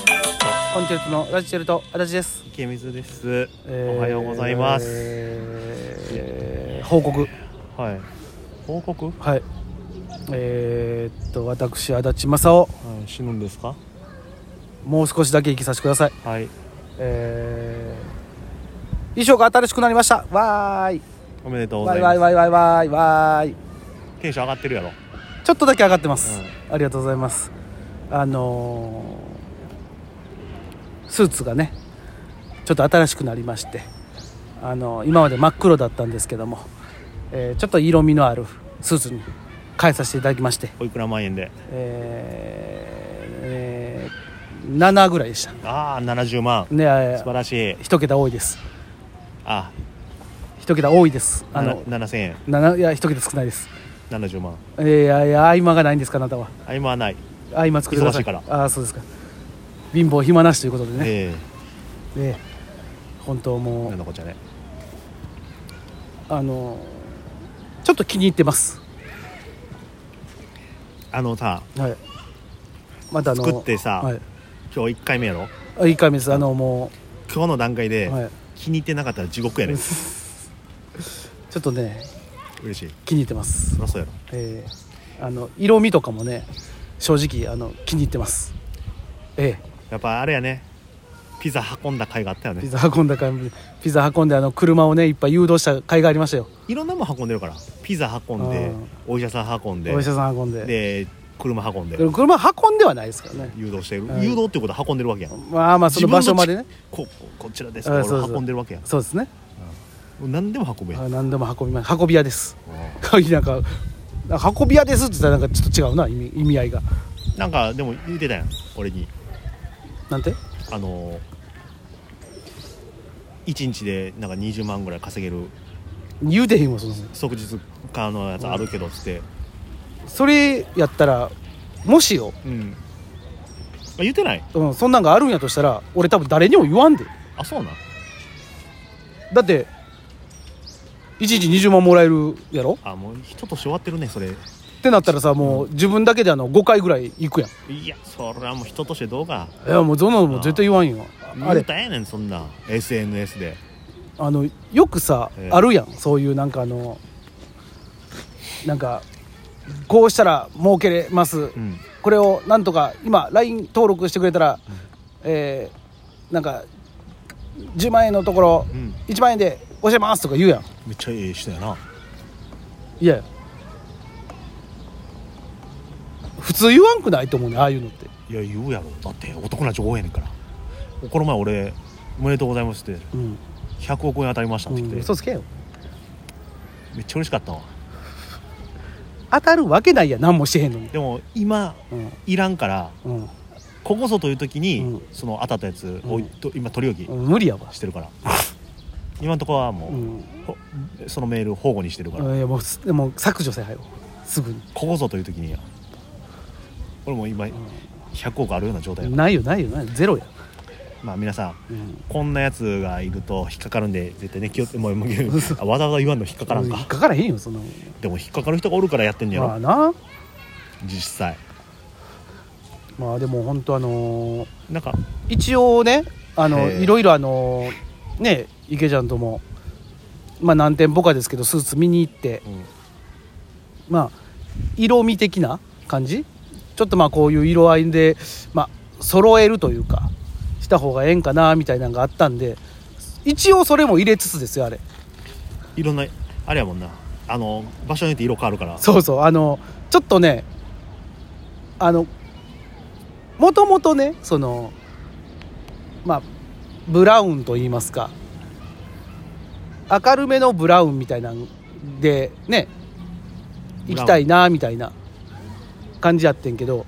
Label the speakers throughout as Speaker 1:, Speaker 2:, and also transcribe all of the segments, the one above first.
Speaker 1: ンチェルトのラジチェルト足立です、
Speaker 2: 池水です、
Speaker 1: えー
Speaker 2: おはようございます、
Speaker 1: えー報告
Speaker 2: はい報告、は
Speaker 1: はいえーっと私足立正雄
Speaker 2: い、死ぬんですか
Speaker 1: もう少しだけ生きさせてください
Speaker 2: はい
Speaker 1: えー衣装が新しくなりましたわーい
Speaker 2: おめでとうご
Speaker 1: わ
Speaker 2: ざ
Speaker 1: ー
Speaker 2: い
Speaker 1: い
Speaker 2: ま
Speaker 1: わー
Speaker 2: す
Speaker 1: いわーいわーいわーいわーい
Speaker 2: テンション上がってるやろ
Speaker 1: ちょっとだけ上がってます、ありがとうございますあのースーツがねちょっと新しくなりましてあのー今まで真っ黒だったんですけども、えーちょっと色味のあるスーツに変えさせていただきまして、
Speaker 2: おいくら万円で
Speaker 1: えーえー7ぐらいでした
Speaker 2: ああ70万
Speaker 1: ねえ
Speaker 2: 素晴らしい
Speaker 1: 一桁多いです
Speaker 2: あ
Speaker 1: 一桁多いですあ
Speaker 2: あ
Speaker 1: の
Speaker 2: 7000円
Speaker 1: 7いや一桁少ないです
Speaker 2: 70万
Speaker 1: えーいやいや合間がないんですかあなたは
Speaker 2: あ今はない
Speaker 1: 合間作ってくださ
Speaker 2: 忙し
Speaker 1: い
Speaker 2: いから
Speaker 1: ああそうですか貧乏暇なしということでね、
Speaker 2: え
Speaker 1: で本当
Speaker 2: え
Speaker 1: も
Speaker 2: なん
Speaker 1: う
Speaker 2: だこっちゃね
Speaker 1: あのちょっと気に入ってます
Speaker 2: あのさ
Speaker 1: はいまたあの
Speaker 2: 作ってさ
Speaker 1: はい
Speaker 2: 今日1回目やろ
Speaker 1: あ、いい回目ですあのも
Speaker 2: 今日の段階で、
Speaker 1: う、はい、
Speaker 2: 気に入ってなかったら地獄やねん
Speaker 1: ちょっとね
Speaker 2: 嬉しい
Speaker 1: 気に入ってます
Speaker 2: そりゃそうやろ
Speaker 1: ええあの色味とかもね正直あの気に入ってますえ
Speaker 2: やっぱあれやねピザ運んだ甲斐があったよ
Speaker 1: えピ
Speaker 2: ね
Speaker 1: ザ運んだ回ピザ運んであの車をねいっぱい誘導した回がありましたよ
Speaker 2: いろんなもん運んでるからピザ運んで
Speaker 1: うん
Speaker 2: お医者さん運んで
Speaker 1: お医者さん運んで
Speaker 2: で車運んで
Speaker 1: でも車運んではないですからね
Speaker 2: 誘導してる、
Speaker 1: うん
Speaker 2: 誘導っていうことは運んでるわけやん
Speaker 1: まあまあその場所までね
Speaker 2: こここちらです
Speaker 1: あ
Speaker 2: か
Speaker 1: そうそう
Speaker 2: 運んでるわけやん
Speaker 1: そうですね
Speaker 2: 何でも運ぶやん
Speaker 1: あ何でも運びます運び屋です
Speaker 2: う
Speaker 1: 鍵なんか「なんか運び屋です」って言ったらなんかちょっと違うな意味意味合いが
Speaker 2: んなんかでも言うてたやん俺に
Speaker 1: なんて
Speaker 2: あのー、1日でなんか20万ぐらい稼げる
Speaker 1: 言うてへんわそんなの
Speaker 2: 即日化のやつあるけどっつって、
Speaker 1: それやったらもしよ、
Speaker 2: うんまあ、言うてない
Speaker 1: うん、そんなんがあるんやとしたら俺多分誰にも言わんで
Speaker 2: あそうなん
Speaker 1: だって1日20万もらえるやろ
Speaker 2: あもう一年終わってるねそれ
Speaker 1: ってなったらさもう自分だけであの5回ぐらい行くやん
Speaker 2: いやそれはもう一年どうか
Speaker 1: いやもうそんなのもう絶対言わんよあ
Speaker 2: 言う
Speaker 1: れ
Speaker 2: たやねんそんなん SNS で
Speaker 1: あのよくさ、
Speaker 2: ええ
Speaker 1: あるやんそういうなんかあのなんかこうしたら儲けれます、
Speaker 2: うん
Speaker 1: これをなんとか今 LINE 登録してくれたら、えーなんか10万円のところ、
Speaker 2: うん
Speaker 1: 1万円で教えますとか言うやん
Speaker 2: めっちゃええ人やない
Speaker 1: や普通言わんくないと思うねああいうのって
Speaker 2: いや言うやろだって男な情応やねんからこの前俺「おめでとうございます」って
Speaker 1: うん、
Speaker 2: 「100億円当たりました」って
Speaker 1: う
Speaker 2: 来て、
Speaker 1: ん、嘘つけよ
Speaker 2: めっちゃ嬉しかったわ
Speaker 1: 当たるわけないやん何もしてへんのに
Speaker 2: でも今
Speaker 1: うん
Speaker 2: いらんから
Speaker 1: うん、
Speaker 2: ここぞという時に、
Speaker 1: うん
Speaker 2: その当たったやつを、
Speaker 1: うん
Speaker 2: と今取り置
Speaker 1: うん無理やわ
Speaker 2: きしてるから、今のところはもう、
Speaker 1: うん
Speaker 2: ほそのメールを保護にしてるから、
Speaker 1: いやもうすもう削除せはよすぐに
Speaker 2: ここぞという時にや俺もう今100億あるような状態やから、
Speaker 1: ないよないよないよゼロや、
Speaker 2: まあ皆さん
Speaker 1: うん、
Speaker 2: こんなやつがいると引っかかるんで絶対ね気をつけもう もうあわざわざ言わんの引っかからん
Speaker 1: 引っ
Speaker 2: か
Speaker 1: かからへんよそんなもん
Speaker 2: でも引っかかる人がおるからやってんねやろ、
Speaker 1: まあな
Speaker 2: 実際
Speaker 1: まあでも本当あのー
Speaker 2: なんか
Speaker 1: 一応ねあの
Speaker 2: ええ
Speaker 1: いろいろあのね池ちゃんとも、まあ、何店舗かですけどスーツ見に行って
Speaker 2: うん
Speaker 1: まあ色味的な感じちょっとまあこういう色合いでまあ揃えるというかした方がええんかなみたいなのがあったんで一応それも入れつつですよあれ
Speaker 2: いろんなあれやもんなあの場所によって色変わるから
Speaker 1: そうそうあのちょっとねあのもともとねそのまあブラウンと言いますか明るめのブラウンみたいなんでね
Speaker 2: ブラウン
Speaker 1: 行きたいなみたいな感じやってんけど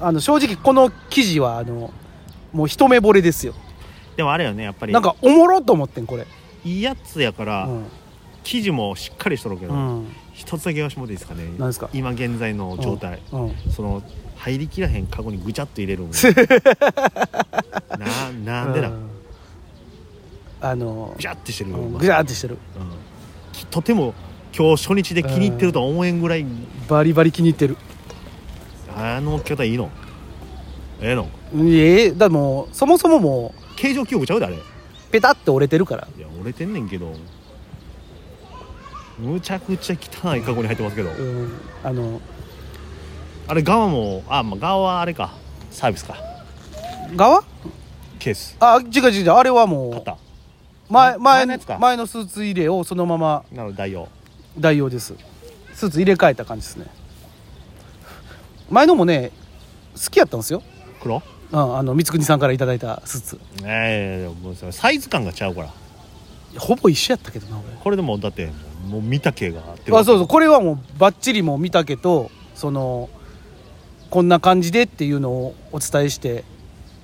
Speaker 1: あの正直この記事はあのもう一目惚れですよ
Speaker 2: でもあれよねやっぱり
Speaker 1: なんかおもろと思ってんこれ、
Speaker 2: いいやつやから、
Speaker 1: う
Speaker 2: 生地もしっかりしとるけど、
Speaker 1: んうん
Speaker 2: 一つだけ言わしてもらっていいですかね
Speaker 1: 何ですか
Speaker 2: 今現在の状態、
Speaker 1: うん、
Speaker 2: その入りきらへんカゴにぐちゃっと入れるんななんでな
Speaker 1: うんんあの
Speaker 2: ぐちゃってしてるよ、
Speaker 1: ぐちゃってしてる
Speaker 2: うんきとても今日初日で気に入ってるとは思えんぐらい
Speaker 1: バリバリ気に入ってる
Speaker 2: あの巨体いいのええの
Speaker 1: ええだってもうそもそももう
Speaker 2: 形状記憶ちゃうであれい
Speaker 1: ペタって折れてるから
Speaker 2: や折れてんねんけどむちゃくちゃ汚い過去に入ってますけど
Speaker 1: うんあの
Speaker 2: あれ側もあまあ側はあれかサービスか
Speaker 1: 側
Speaker 2: ケース
Speaker 1: あ違う違う違うあれはもう
Speaker 2: 型
Speaker 1: 前
Speaker 2: 前の
Speaker 1: 前の
Speaker 2: やつか
Speaker 1: 前のスーツ入れをそのまま
Speaker 2: なので代用
Speaker 1: 代用ですスーツ入れ替えた感じですね前のもね好きやったんですよ、
Speaker 2: 黒
Speaker 1: うん、あの光圀さんからいただいたスーツ
Speaker 2: ええもうさサイズ感がちゃうから
Speaker 1: ほぼ一緒やったけどな
Speaker 2: これでもだってもう見た系があって
Speaker 1: 俺あそうそうこれはもうバッチリもう見たけどそのこんな感じでっていうのをお伝えして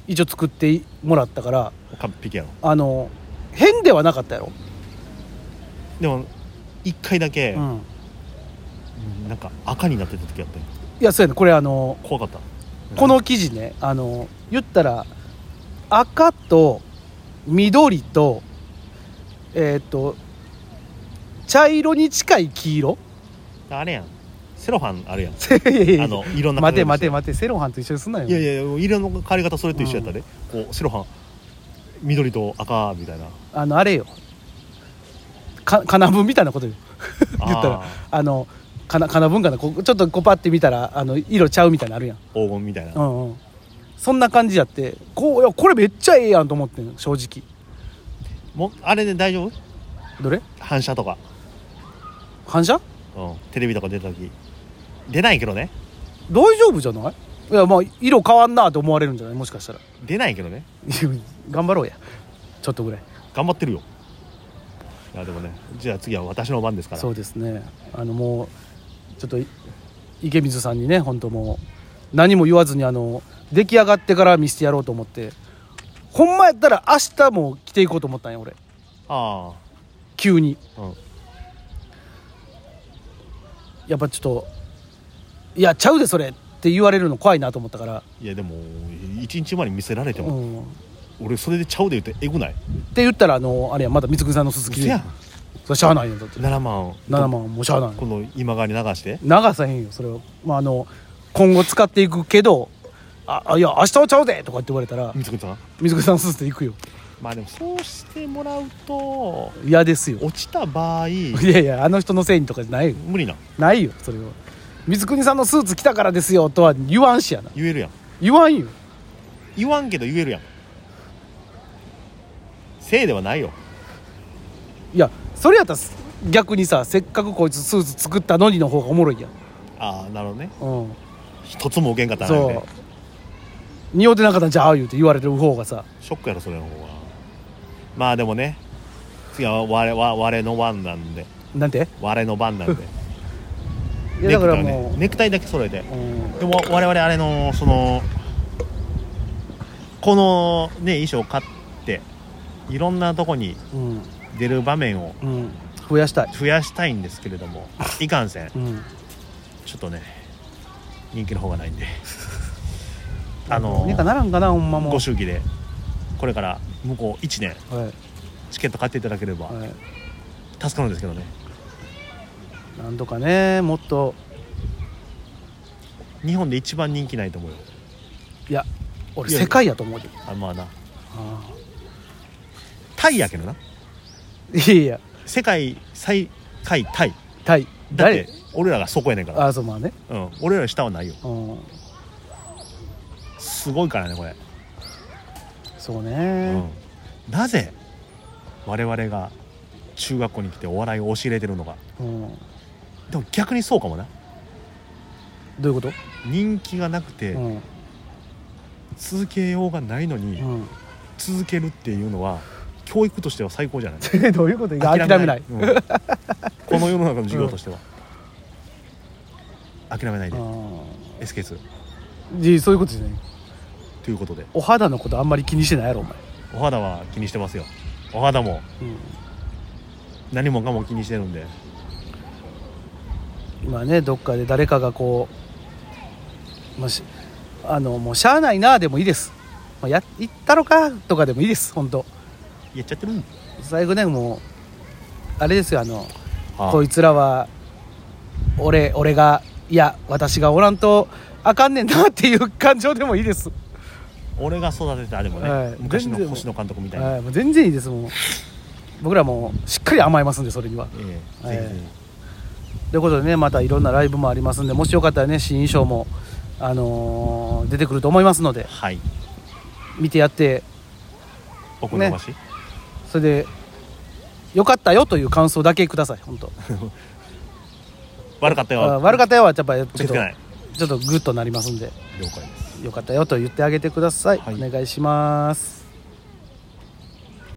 Speaker 1: 一応作ってもらったから
Speaker 2: 完璧やろ
Speaker 1: あの変ではなかったやろ、
Speaker 2: でも一回だけ、
Speaker 1: うん、
Speaker 2: なんか赤になってた時あったよ
Speaker 1: いやそうやねこれあの
Speaker 2: 怖かった
Speaker 1: この記事ねあの言ったら赤と緑とえーっ、と茶色に近い黄色
Speaker 2: あれやんセロファンあるやん
Speaker 1: いやいやいや
Speaker 2: あのいろんな
Speaker 1: 待て待て
Speaker 2: 待
Speaker 1: 待てセロハンと一緒にすんなよ
Speaker 2: いやいや色の変わり方それと一緒やったで、こうセロファン緑と赤みたいな
Speaker 1: あのあれよか金分みたいなことよ言ったら
Speaker 2: あー
Speaker 1: あのかな金分かなこうちょっとこうパッて見たらあの色ちゃうみたいなのあるやん
Speaker 2: 黄金みたいな、
Speaker 1: うんうんそんな感じやってこういやこれめっちゃええやんと思ってん正直
Speaker 2: もうあれで大丈夫
Speaker 1: どれ
Speaker 2: 反射とか、
Speaker 1: 反射
Speaker 2: うん、テレビとか出た時出ないけどね
Speaker 1: 大丈夫じゃないいやまあ色変わんなと思われるんじゃないもしかしたら
Speaker 2: 出ないけどね
Speaker 1: 頑張ろうやちょっとぐらい
Speaker 2: 頑張ってるよいやでもねじゃあ次は私の番ですから
Speaker 1: そうですねあのもうちょっとい池水さんにね本当もう何も言わずにあの出来上がってから見せてやろうと思ってほんまやったら明日も着ていこうと思ったんや俺
Speaker 2: あ
Speaker 1: 急に
Speaker 2: あうん
Speaker 1: やっぱちょっと「いやちゃうでそれ」って言われるの怖いなと思ったから、
Speaker 2: いやでも一日前に見せられて
Speaker 1: う
Speaker 2: も、
Speaker 1: ん、って
Speaker 2: 俺それでちゃうで言うてえぐない
Speaker 1: 言ったらあのあれやまだ光圀さんの鈴木
Speaker 2: せやん
Speaker 1: それしゃあないよだって
Speaker 2: 7万
Speaker 1: 7万もうしゃあない
Speaker 2: この今側に流して
Speaker 1: 流さへんよそれは、まあ、あの今後使っていくけど「ああいや明日はちゃうで」とかって言われたら
Speaker 2: 光圀さん
Speaker 1: 水口さんスーツで行くよ
Speaker 2: まあでもそうしてもらうと
Speaker 1: 嫌ですよ
Speaker 2: 落ちた場合
Speaker 1: いやいやあの人のせいにとかじゃないよ
Speaker 2: 無理な
Speaker 1: ないよそれは水国さんのスーツ着たからですよとは言わんしやな
Speaker 2: 言えるやん
Speaker 1: 言わんよ
Speaker 2: 言わんけど言えるやんせいではないよ
Speaker 1: いやそれやったらす逆にさせっかくこいつスーツ作ったのにの方がおもろいやん
Speaker 2: ああなるほどね
Speaker 1: うん
Speaker 2: 一つも受けんかったなん
Speaker 1: そう
Speaker 2: て
Speaker 1: 似合うてなかったんじゃあ言うて言われる方がさ
Speaker 2: ショックやろそれの方がまあでもね次は我我我の番なんで
Speaker 1: なんて
Speaker 2: 我の番 なんで
Speaker 1: いやだから
Speaker 2: ネクタイ
Speaker 1: も
Speaker 2: ね
Speaker 1: う、
Speaker 2: ネクタイだけ揃えて
Speaker 1: うん
Speaker 2: でも我々あれのそのこのね衣装を買っていろんなとこに
Speaker 1: うん
Speaker 2: 出る場面を
Speaker 1: うん増やしたい
Speaker 2: 増やしたいんですけれどもいかんせん
Speaker 1: うん
Speaker 2: ちょっとね人気の方がない んであの
Speaker 1: ねかならんかなほんまもう
Speaker 2: ご祝儀でこれから向こう1年
Speaker 1: はい
Speaker 2: チケット買っていただければ
Speaker 1: はい
Speaker 2: 助かるんですけどね
Speaker 1: なんとかねもっと
Speaker 2: 日本で一番人気ないと思うよ
Speaker 1: いや俺
Speaker 2: いや
Speaker 1: 世界やと思うで
Speaker 2: あまあな
Speaker 1: あ
Speaker 2: タイやけどな
Speaker 1: あいやいや
Speaker 2: 世界最下位タイ
Speaker 1: タイ
Speaker 2: だって
Speaker 1: 誰
Speaker 2: 俺らがそこやねんから
Speaker 1: あそうまあね、
Speaker 2: うん俺らの下はないよ
Speaker 1: うん、
Speaker 2: すごいからねこれ、
Speaker 1: そう
Speaker 2: う
Speaker 1: ね
Speaker 2: ん、なぜ我々が中学校に来てお笑いを教えれてるのか
Speaker 1: うん、
Speaker 2: でも逆にそうかもな
Speaker 1: どういうこと、
Speaker 2: 人気がなくて、
Speaker 1: うん
Speaker 2: 続けようがないのに、
Speaker 1: うん、
Speaker 2: 続けるっていうのは教育としては最高じゃない
Speaker 1: どういうこと諦めない
Speaker 2: うんこの世の中の授業としては、諦めないで
Speaker 1: う
Speaker 2: SK2
Speaker 1: んいやそういうことじゃない
Speaker 2: ということで
Speaker 1: お肌のことあんまり気にしてないやろお前、
Speaker 2: お肌は気にしてますよお肌も
Speaker 1: うん、
Speaker 2: 何もかも気にしてるんで
Speaker 1: 今ねどっかで誰かがこうもしあのもうしゃあないなでもいいですまあや行ったろかとかでもいいです本当
Speaker 2: やっちゃってるん
Speaker 1: 最後ねもうあれですよあの
Speaker 2: あ
Speaker 1: こいつらは俺俺がいや私がおらんとあかんねんなっていう感情でもいいです
Speaker 2: 俺が育てたあれもね、
Speaker 1: はい
Speaker 2: 昔の
Speaker 1: 全然
Speaker 2: 星野監督みたいな、
Speaker 1: はい、もう全然いいですもう僕らもしっかり甘えますんでそれには
Speaker 2: ええ
Speaker 1: はい
Speaker 2: ぜひぜ
Speaker 1: ということでねまたいろんなライブもありますんでもしよかったらね新衣装も、あのー出てくると思いますので
Speaker 2: ひはい
Speaker 1: 見てやって
Speaker 2: 奥伸ばし、
Speaker 1: それでよかったよという感想だけください本当
Speaker 2: 悪かったよ
Speaker 1: あ悪かったよはやっぱり
Speaker 2: 受
Speaker 1: ち
Speaker 2: け付
Speaker 1: ょっと
Speaker 2: けない
Speaker 1: ちょっとグッとなりますんで
Speaker 2: 了解です
Speaker 1: よかったよと言ってあげてください、
Speaker 2: はい
Speaker 1: お願いします